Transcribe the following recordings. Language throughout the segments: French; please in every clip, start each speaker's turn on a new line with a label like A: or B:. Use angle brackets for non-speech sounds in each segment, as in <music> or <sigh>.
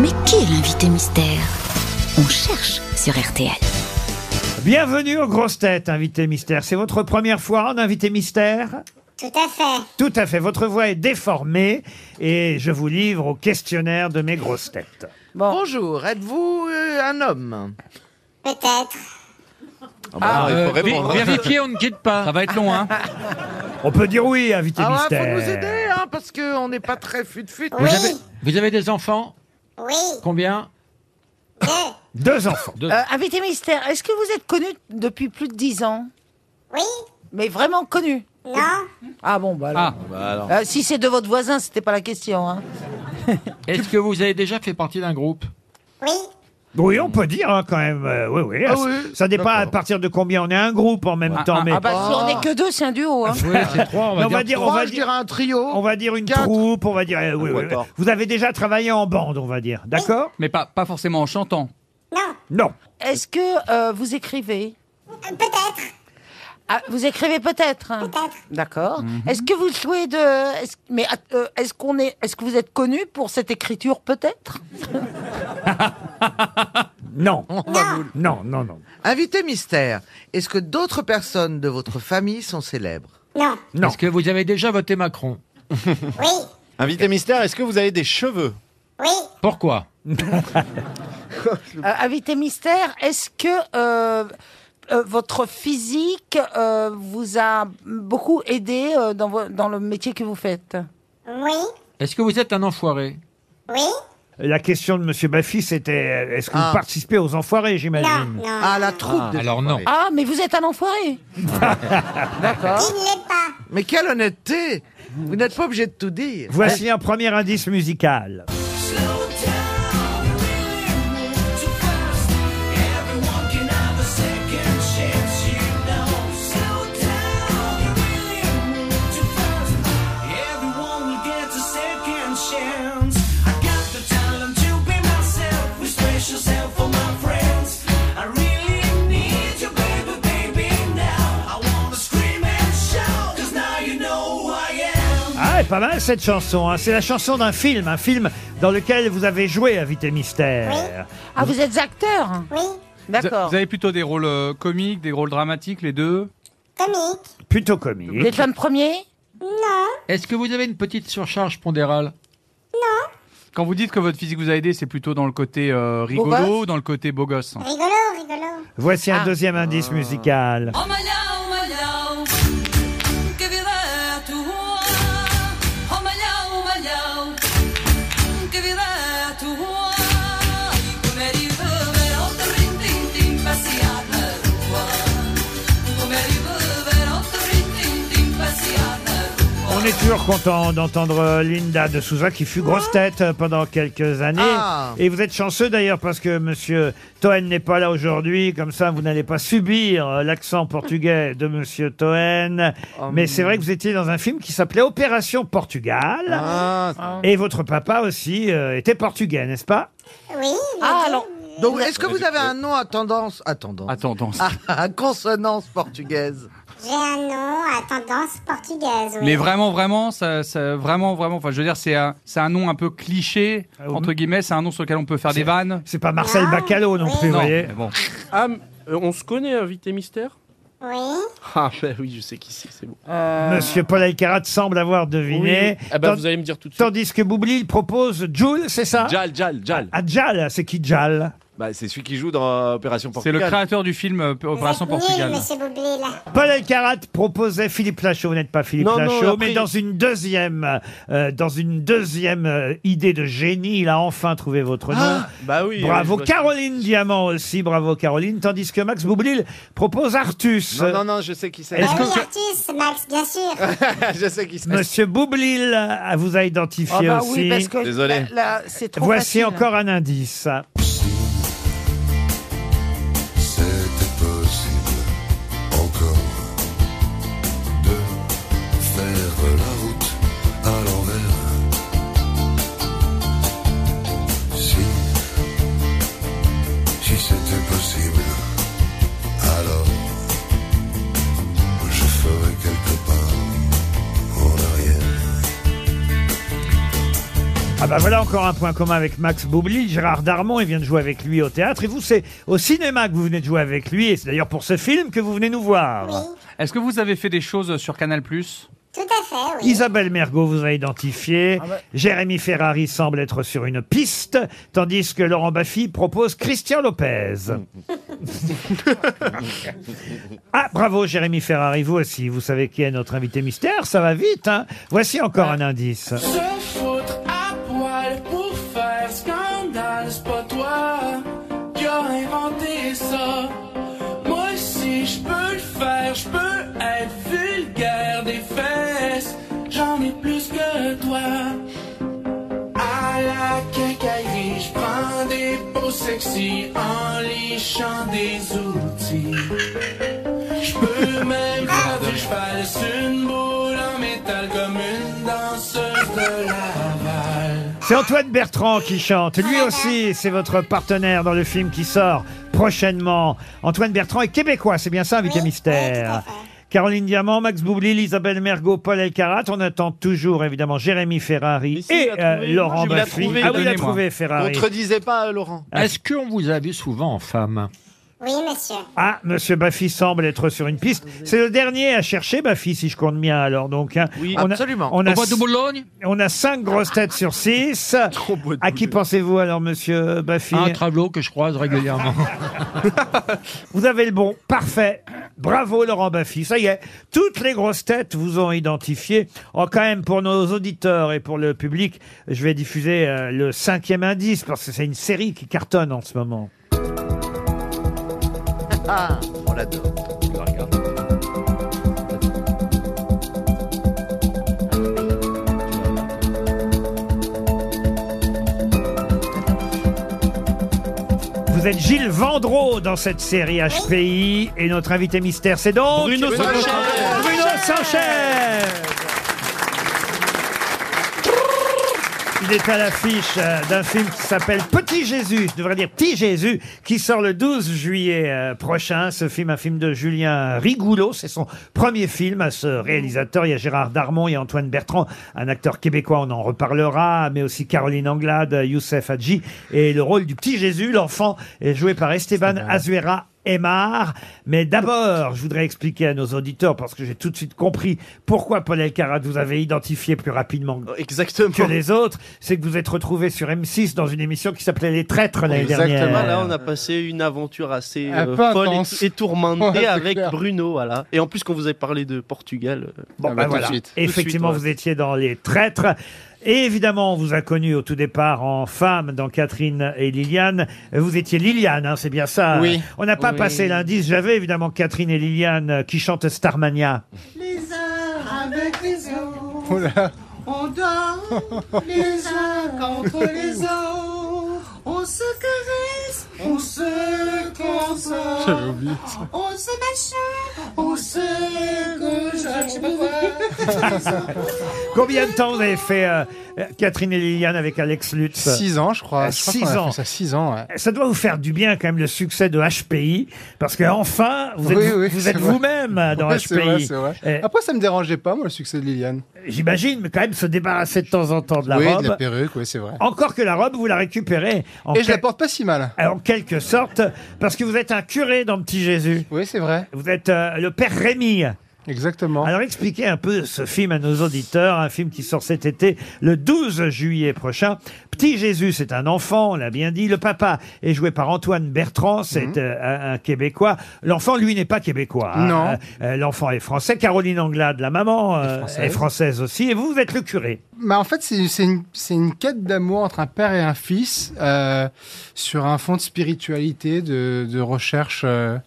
A: Mais qui est l'invité mystère On cherche sur RTL.
B: Bienvenue aux grosses têtes, invité mystère. C'est votre première fois en invité mystère
C: Tout à fait.
B: Tout à fait, votre voix est déformée et je vous livre au questionnaire de mes grosses têtes.
D: Bonjour, êtes-vous euh, un homme
C: Peut-être.
E: Ah,
F: Euh,
E: il faut répondre.
F: vé- vérifiez, on ne quitte pas. Ça va être long, hein.
B: On peut dire oui, invité
D: Ah ouais,
B: mystère.
D: faut nous aider, hein, parce qu'on n'est pas très fut-fut.
C: Oui.
F: <laughs> Vous avez des enfants
C: Oui.
F: Combien
C: Deux.
B: Deux enfants.
G: Euh, invité mystère, est-ce que vous êtes connu depuis plus de 10 ans
C: Oui.
G: Mais vraiment connu
C: Non.
G: Ah bon, bah alors.
F: Ah,
G: Euh, si c'est de votre voisin, c'était pas la question. Hein.
F: est-ce que vous avez déjà fait partie d'un groupe
C: Oui.
B: Oui, on peut dire hein, quand même. euh, oui, oui.
D: Ah
B: Ça-
D: oui,
B: Ça dépend à
D: d'accord.
B: partir de combien on est un groupe en même
F: Ah,
B: temps.
F: ah,
B: mais
G: Ah bah si on n'est que deux, c'est un duo. Hein.
F: Oui, c'est trois,
B: Mais on va dire, on
D: Trois,
B: va
D: je
B: dire,
D: dirais un trio.
B: on va dire une
D: quatre.
B: troupe, on va dire. euh, oui, oui, oui.
D: d'accord.
B: Vous avez déjà travaillé en bande, on va dire. D'accord
F: Mais pas, pas forcément en chantant.
C: Non.
B: Non.
G: Est-ce que euh, vous écrivez
C: Euh, Peut-être.
G: Ah, Vous écrivez peut-être. hein.
C: Peut-être.
G: D'accord. Est-ce que vous jouez de est-ce- Mais euh, est-ce qu'on est Est-ce que vous êtes connu pour cette écriture peut-être
B: Non.
D: On va vous-
B: Non, non, non.
D: Invité mystère, est-ce que d'autres personnes de votre famille sont célèbres
C: Non.
B: Non.
F: Est-ce que vous avez déjà voté Macron
C: Oui.
E: Invité mystère, est-ce que vous avez des cheveux
C: Oui.
F: Pourquoi
G: Euh, Invité mystère, est-ce que euh, euh, votre physique euh, vous a beaucoup aidé euh, dans, vo- dans le métier que vous faites
C: Oui.
F: Est-ce que vous êtes un enfoiré
C: Oui.
B: La question de Monsieur Baffy, c'était euh, est-ce que
D: Ah.
B: vous participez aux enfoirés,
C: Non.
B: j'imagine
C: Non.
D: Ah, la troupe des
F: alors
D: enfoirés.
F: non.
G: Ah, mais vous êtes un enfoiré D'accord.
C: Il ne l'est pas.
D: Mais quelle honnêteté Vous n'êtes pas obligé de tout dire.
B: Voici un premier indice musical. Ah, et pas mal cette chanson. hein. C'est la chanson d'un film, un film dans lequel vous avez joué, Invité Mystère.
G: Ah, vous êtes acteur
C: Oui.
F: Vous
G: D'accord.
F: avez plutôt des rôles
H: euh,
F: comiques, des rôles dramatiques, les deux
C: Comique.
B: Plutôt
G: Vous
B: comique.
G: êtes l'homme premier
C: Non.
F: Est-ce que vous avez une petite surcharge pondérale
H: Quand vous dites que votre physique vous a aidé, c'est plutôt dans le côté euh, rigolo
G: gosse
H: ou dans le côté beau gosse
C: Rigolo, rigolo.
B: Voici un
G: Ah.
B: deuxième indice musical.
I: Oh, Oh, e e
B: On est toujours content d'entendre euh, Linda de Souza qui fut grosse tête euh, pendant quelques années.
D: Ah.
B: Et vous êtes chanceux d'ailleurs parce que monsieur Toen n'est pas là aujourd'hui. Comme ça, vous n'allez pas subir euh, l'accent portugais de monsieur Toen. Mais c'est vrai que vous étiez dans un film qui s'appelait Opération Portugal.
D: Ah.
B: Et votre papa aussi euh, était portugais, n'est-ce pas
C: Oui. les
G: Ah,
C: deux.
G: alors-
D: Donc, est-ce que vous avez un nom à tendance À tendance
H: Attends, attends.
D: à, <laughs> à consonance portugaise
C: J'ai un nom à tendance portugaise. Oui.
H: Mais vraiment, vraiment, ça, ça- vraiment, vraiment. Enfin, je veux dire, c'est un, c'est un nom un peu cliché,
B: Ah, oui.
H: entre guillemets. C'est un nom sur lequel on peut faire des vannes.
B: C'est pas Marcel
C: Ah.
B: Bacalo non
C: Oui.
B: plus, vous
H: Non,
B: voyez.
H: mais bon.
J: Ah, m- euh, on se connaît, invité mystère
C: Oui.
J: Ah, bah oui, je sais qui c'est, c'est bon.
B: Monsieur Paul Alcarat semble avoir deviné.
E: Eh
J: Ah,
E: ben,
J: bah
B: Tan-
J: vous allez me dire tout de suite.
B: Tandis que Boubli il propose Jules, c'est ça
F: Jal, Jal, Jal.
B: Ah, Jal, c'est qui Jal
E: bah, C'est celui qui joue dans euh, Opération
H: C'est le
E: Portugal.
H: créateur du film euh, Opération
C: Vous êtes
H: Portugal.
C: Nul, monsieur Boublil.
B: Paul Elkarat proposait Philippe Lachaud, vous n'êtes pas Philippe
J: Non, non,
B: Lachaud,
J: après-
B: mais dans une deuxième, euh, dans une deuxième euh, idée de génie, il a enfin trouvé votre nom.
J: Bah oui. oui,
B: bravo
J: je vois-
B: Caroline Diamant aussi, bravo Caroline, tandis que Max Boublil propose Artus.
E: Non, non, non, je sais qui c'est.
C: Bah
B: Est-ce que-
C: oui, Artus, Max, bien sûr.
E: <laughs> je sais qui c'est.
B: Monsieur Boublil euh, vous a
G: Ah
B: identifié
G: bah
B: aussi.
G: oui, parce que
E: Désolé.
G: là, là, c'est trop
B: Voici
G: facile.
B: encore un indice.
I: C'était possible encore de faire la route à l'envers. Si, si c'était possible, alors je ferai quelques pas en arrière.
B: Ah bah Ah, voilà encore un point commun avec Max Boublil. Gérard Darmon, il vient de jouer avec lui au théâtre. Et vous, c'est au cinéma que vous venez de jouer avec lui. Et c'est d'ailleurs pour ce film que vous venez nous voir.
F: Est-ce que vous avez fait des choses sur Canal
C: Tout à fait, oui.
B: Isabelle Mergot vous a identifié. Jérémy Ferrari semble être sur une piste, tandis que Laurent Baffy propose Christian Lopez. ah, bravo Jérémy Ferrari, vous aussi. Vous savez qui est notre invité mystère, ça va vite. hein. Voici encore un indice.
I: Se foutre à poil pour faire scandale, c'est pas toi qui a inventé ça. Moi aussi je peux le faire, je peux être vulgaire des fesses, j'en ai plus que toi. À la quincaillerie, je prends des beaux sexy en lichant des outils. Je peux même faire du cheval sur une boule en métal comme une danseuse de Laval.
B: C'est Antoine Bertrand qui chante. Lui aussi, c'est votre partenaire dans le film qui sort prochainement. Antoine Bertrand est québécois, c'est bien ça, invité mystère. Caroline Diamant, Max Boublil, Isabelle Mergot, Paul Elkarat. On attend toujours, évidemment, Jérémy Ferrari et euh, Laurent
K: Je vous l'ai
B: Baffy.
K: trouvé,
B: Ah oui, il a
K: donnez-moi.
B: trouvé Ferrari.
K: Contredisez pas, euh, Laurent.
F: Est-ce qu'on vous a vu souvent en femme
C: Oui, monsieur.
B: Ah, Monsieur Baffy semble être sur une piste. C'est le dernier à chercher Baffy, si je compte bien. Alors donc, hein.
D: Oui,
B: on a-
D: absolument.
B: On a,
F: Au bois de Boulogne
B: on a cinq grosses têtes sur six. À qui pensez-vous alors, Monsieur Baffy
F: Un tableau que je croise régulièrement.
B: <laughs> Vous avez le bon. Parfait. Bravo Laurent Baffy. Ça y est. Toutes les grosses têtes vous ont identifié. Oh, quand même, pour nos auditeurs et pour le public, je vais diffuser euh, le cinquième indice parce que c'est une série qui cartonne en ce moment.
D: Ah, on l'adore.
B: Vous êtes Gilles Vendreau dans cette série HPI et notre invité mystère, c'est donc Bruno
K: Sanchez.
B: Bruno Sanchez. Il est à l'affiche euh, d'un film qui s'appelle Petit Jésus, je devrais dire Petit Jésus, qui sort le 12 juillet euh, prochain. Ce film, un film de Julien Rigoulot, c'est son premier film à ce réalisateur. Il y a Gérard Darmon, il y a Antoine Bertrand, un acteur québécois, on en reparlera, mais aussi Caroline Anglade, Youssef Hadji. Et le rôle du Petit Jésus, l'enfant, est joué par Esteban Azuera Aymar. Mais d'abord, je voudrais expliquer à nos auditeurs, parce que j'ai tout de suite compris pourquoi Paul Elkarat vous avait identifié plus rapidement
E: Euh, Exactement.
B: que les autres, c'est que vous êtes retrouvé sur M6 dans une émission qui s'appelait Les Traîtres l'année dernière.
E: Exactement, Ah, là on a passé une aventure assez
F: Un
E: euh,
F: peu
E: folle
F: intense.
E: et, et tourmentée
F: Ouais, c'est
E: avec
F: clair.
E: Bruno, voilà. Et en plus quand vous avez parlé de Portugal, euh,
B: Bon,
F: Ah
B: bah
F: bah, tout
B: voilà.
F: de suite.
B: Effectivement,
E: Tout de suite,
B: vous étiez dans Les Traîtres. Et évidemment, on vous a connu au tout départ en femme dans Catherine et Liliane. Vous étiez Liliane, hein, c'est bien ça.
F: Oui.
B: On n'a pas
F: Oui.
B: passé l'indice. J'avais évidemment Catherine et Liliane euh, qui chantent Starmania.
I: Les uns avec les autres. On dort les uns contre les autres. On se caresse, on se console. On se machin, on se cojole. Je sais pas quoi.
B: Combien de temps vous avez fait euh, euh, Catherine et Liliane avec Alex Lutz
G: Six ans, je crois. Je
B: Euh,
G: crois
B: Six
G: qu'on a fait
B: ans.
G: ça, six ans, ouais.
B: Ça doit vous faire du bien quand même le succès de HPI, parce que enfin vous êtes,
G: Oui, oui,
B: vous
G: c'est
B: êtes
G: vrai.
B: vous-même hein, dans
G: Ouais, c'est vrai,
B: HPI.
G: c'est vrai.
B: Eh,
G: Après, ça me dérangeait pas, moi, le succès de Liliane.
B: J'imagine, mais quand même se débarrasser de temps en temps de la
G: oui, de la
B: robe.
G: perruque, oui, c'est vrai.
B: Encore que la robe, vous la récupérez en,
G: Et je la
B: quel-
G: porte pas si mal.
B: en quelque sorte, parce que vous êtes un curé dans Petit Jésus.
G: Oui, c'est vrai.
B: Vous êtes euh, le père Rémy.
G: Exactement.
B: Alors expliquez un peu ce film à nos auditeurs, un film qui sort cet été, le 12 juillet prochain. Petit Jésus, c'est un enfant, on l'a bien dit. Le papa est joué par Antoine Bertrand, c'est
G: Mhm.
B: euh, un, un Québécois. L'enfant, lui, n'est pas Québécois. hein.
G: Non.
B: Euh, euh, L'enfant est français. Caroline Anglade, la maman, euh,
G: française.
B: est française aussi. Et vous, vous êtes le curé.
G: Bah, en fait, c'est c'est une, c'est une quête d'amour entre un père et un fils euh, sur un fond de spiritualité, de, de recherche, euh,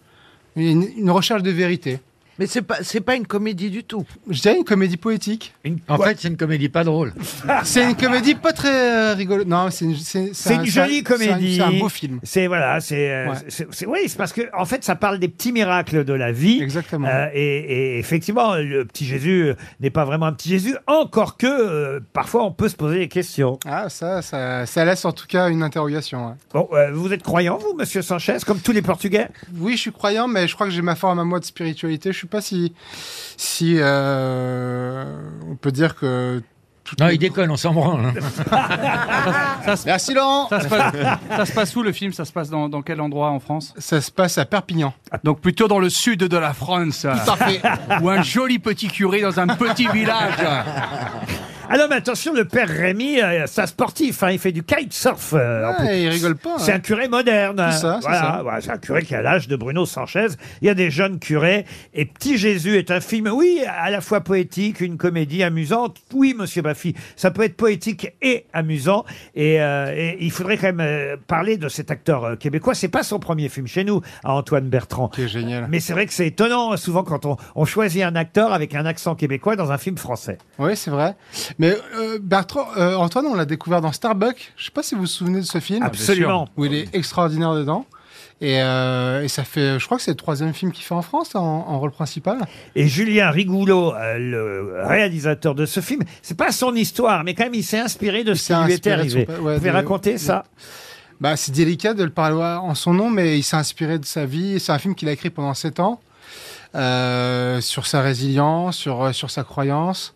G: une, une recherche de vérité.
D: Mais c'est pas, c'est pas une comédie du tout.
G: Je dirais une comédie poétique.
F: En fait, c'est une comédie pas drôle.
G: C'est une comédie pas très euh, rigolo. Non, c'est une, c'est-
B: C'est une
G: un- un-
B: jolie
G: c'est un-
B: comédie.
G: C'est un, beau film.
B: C'est voilà, c'est euh,
G: Ouais.
B: c'est- c'est- oui, c'est parce que en fait, ça parle des petits miracles de la vie.
G: Exactement.
B: Euh, et, et effectivement, le petit Jésus euh, n'est pas vraiment un petit Jésus, encore que euh, parfois on peut se poser des questions.
G: Ah, ça, ça, ça laisse en tout cas une interrogation. ouais.
B: Bon, euh, vous êtes croyant, vous, Monsieur Sanchez, comme tous les Portugais.
G: Oui, je suis croyant, mais je crois que j'ai ma forme à moi de spiritualité. Je suis pas si, si euh, on peut dire que
F: Non, il déconne, on s'en branle. hein.
L: Merci Laurent ça se, passe, ça se passe où le film Ça se passe dans, dans quel endroit en France
G: Ça se passe à Perpignan.
L: Donc plutôt dans le sud de la France.
G: Tout à fait.
L: Ou un joli petit curé dans un petit village.
B: Alors, Ah mais attention, le père Rémi, euh, c'est un sportif, hein, il fait du kitesurf. euh, en
G: Ouais,
B: plus.
G: il rigole pas,
B: C'est
G: hein.
B: un curé moderne.
G: C'est
B: hein.
G: ça, c'est
B: Voilà,
G: ça.
B: voilà, c'est un curé qui a l'âge de Bruno Sanchez. Il y a des jeunes curés. Et Petit Jésus est un film, oui, à la fois poétique, une comédie amusante. Oui, monsieur Baffy, ça peut être poétique et amusant. Et, euh, et il faudrait quand même euh, parler de cet acteur euh, québécois. C'est pas son premier film chez nous, à Antoine Bertrand.
G: Qui est génial.
B: Mais c'est vrai que c'est étonnant, hein, souvent, quand on, on choisit un acteur avec un accent québécois dans un film français.
G: Oui, c'est vrai. Mais euh, Bertrand, euh, Antoine, on l'a découvert dans Starbuck. Je sais pas si vous vous souvenez de ce film.
B: Absolument.
G: Où il est extraordinaire dedans. Et, euh, et ça fait, je crois que c'est le troisième film qu'il fait en France en, en rôle principal.
B: Et Julien Rigoulot, euh, le réalisateur de ce film, c'est pas son histoire, mais quand même, il s'est inspiré de ce qui lui était
G: inspiré de son
B: arrivé.
G: pa- ouais,
B: Vous pouvez
G: de-
B: raconter
G: de-
B: ça
G: Bah, c'est délicat de le parler en son nom, mais il s'est inspiré de sa vie. C'est un film qu'il a écrit pendant sept ans euh, sur sa résilience, sur euh, sur sa croyance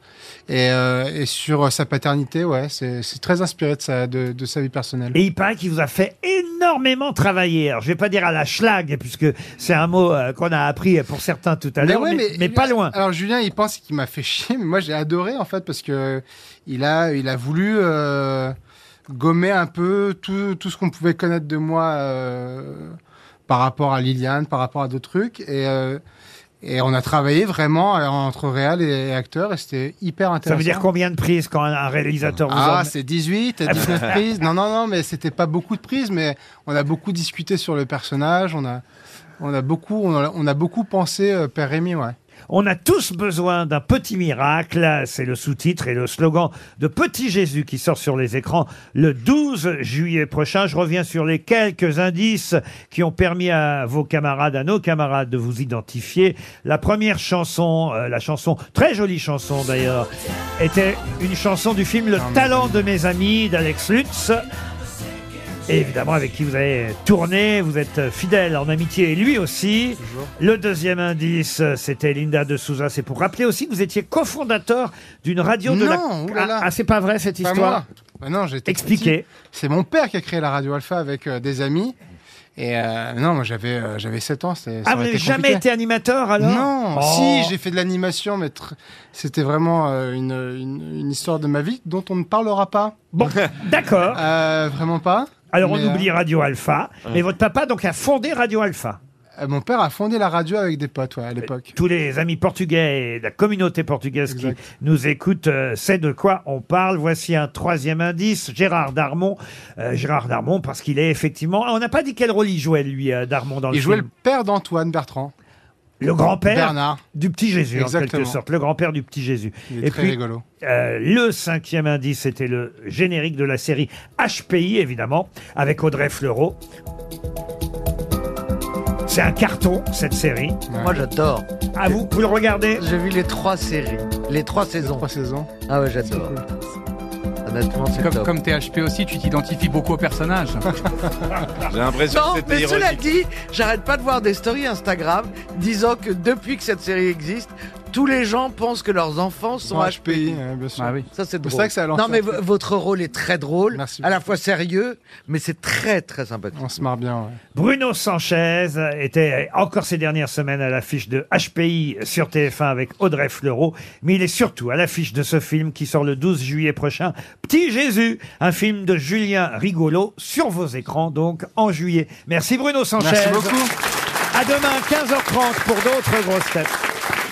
G: et, euh, et sur sa paternité. Ouais, c'est c'est très inspiré de sa de, de sa vie personnelle.
B: Et il paraît qu'il vous a fait énormément travailler. Alors, je vais pas dire à la schlag, puisque c'est un mot euh, qu'on a appris pour certains tout à l'heure, mais,
G: ouais,
B: mais pas loin.
G: Alors Julien, il pense qu'il m'a fait <laughs> chier, mais moi j'ai adoré en fait parce que il a, il a voulu euh, gommer un peu tout, tout ce qu'on pouvait connaître de moi euh, par rapport à Liliane, par rapport à d'autres trucs, et, euh, et on a travaillé vraiment euh, entre réal et, acteur, et c'était hyper
B: Ça
G: intéressant.
B: veut dire combien de prises quand un- un réalisateur vous
G: Ah,
B: emmène
G: c'est 18,
B: <laughs>
G: 19 prises. Non, non, non, mais c'était pas beaucoup de prises, mais on a beaucoup discuté sur le personnage, on a, on a beaucoup, on a, on a beaucoup pensé euh, Père Rémi, ouais.
B: On a tous besoin d'un petit miracle. C'est le sous-titre et le slogan de Petit Jésus qui sort sur les écrans le 12 juillet prochain. Je reviens sur les quelques indices qui ont permis à vos camarades, à nos camarades de vous identifier. La première chanson, euh, la chanson, très jolie chanson d'ailleurs, était une chanson du film Le talent de mes amis d'Alex Lutz. Et évidemment, avec qui vous avez tourné, vous êtes fidèle en amitié et lui aussi. Le deuxième indice, euh, c'était Linda de Souza. C'est pour rappeler aussi que vous étiez cofondateur d'une radio de la.
G: Non, oulala.
B: Ah, ah, c'est pas vrai cette
G: Pas
B: histoire
G: moi. Bah non, j'étais
B: Expliquez.
G: petit. C'est mon père qui a créé la radio Alpha avec euh, des amis. Et euh, non, moi j'avais euh, j'avais 7 ans. c'était- ça
B: Ah, vous
G: aurait
B: n'avez
G: été
B: jamais
G: compliqué.
B: été animateur alors
G: Non,
B: Oh.
G: si, j'ai fait de l'animation, mais tr- c'était vraiment euh, une, une- une histoire de ma vie dont on ne parlera pas. <laughs>
B: Bon, d'accord.
G: Euh, vraiment pas.
B: Alors on
G: Mais, euh,
B: oublie Radio Alpha. Mais votre papa donc a fondé Radio Alpha.
G: euh, mon père a fondé la radio avec des potes ouais, à l'époque.
B: Tous les amis portugais et la communauté portugaise
G: Exact.
B: qui nous écoute euh, sait de quoi on parle. Voici un troisième indice, Gérard Darmon. Euh, Gérard Darmon parce qu'il est effectivement... Ah, on n'a pas dit quel rôle il jouait lui, euh, Darmon, dans le
G: Il jouait le
B: film. Eh
G: père d'Antoine Bertrand.
B: Le grand-père
G: Bernard.
B: du petit Jésus, en
G: Exactement.
B: quelque sorte. Le grand-père du petit Jésus.
G: Il est très rigolo.
B: euh, le cinquième indice, c'était le générique de la série HPI, évidemment, avec Audrey Fleurot. C'est un carton, cette série.
D: Moi, j'adore.
B: À vous, vous le regardez
D: J'ai vu les trois séries, les trois saisons.
G: Trois saisons.
D: Ah ouais, j'adore. Honnêtement, c'est
L: Comme,
D: top.
L: comme t'es HP aussi, tu t'identifies beaucoup au personnage.
K: J'ai l'impression
D: Non,
K: que c'était
D: mais cela
K: ironique.
D: dit, j'arrête pas de voir des stories Instagram disant que depuis que cette série existe, tous les gens pensent que leurs enfants sont
G: Son
D: HPI.
G: HPI, ouais, bien sûr.
L: Ah oui.
D: Ça, c'est
G: C'est
D: drôle.
G: ça que ça a lancé
D: Non, mais
G: un truc.
D: v- votre rôle est très drôle,
G: Merci
D: à la fois sérieux, mais c'est très, très sympathique.
G: On se marre bien. ouais.
B: Bruno Sanchez était encore ces dernières semaines à l'affiche de HPI sur TF1 avec Audrey Fleurot, mais il est surtout à l'affiche de ce film qui sort le 12 juillet prochain, Petit Jésus, un film de Julien Rigolo sur vos écrans donc en juillet. Merci Bruno Sanchez.
G: Merci beaucoup.
B: À demain 15h30 pour d'autres grosses têtes.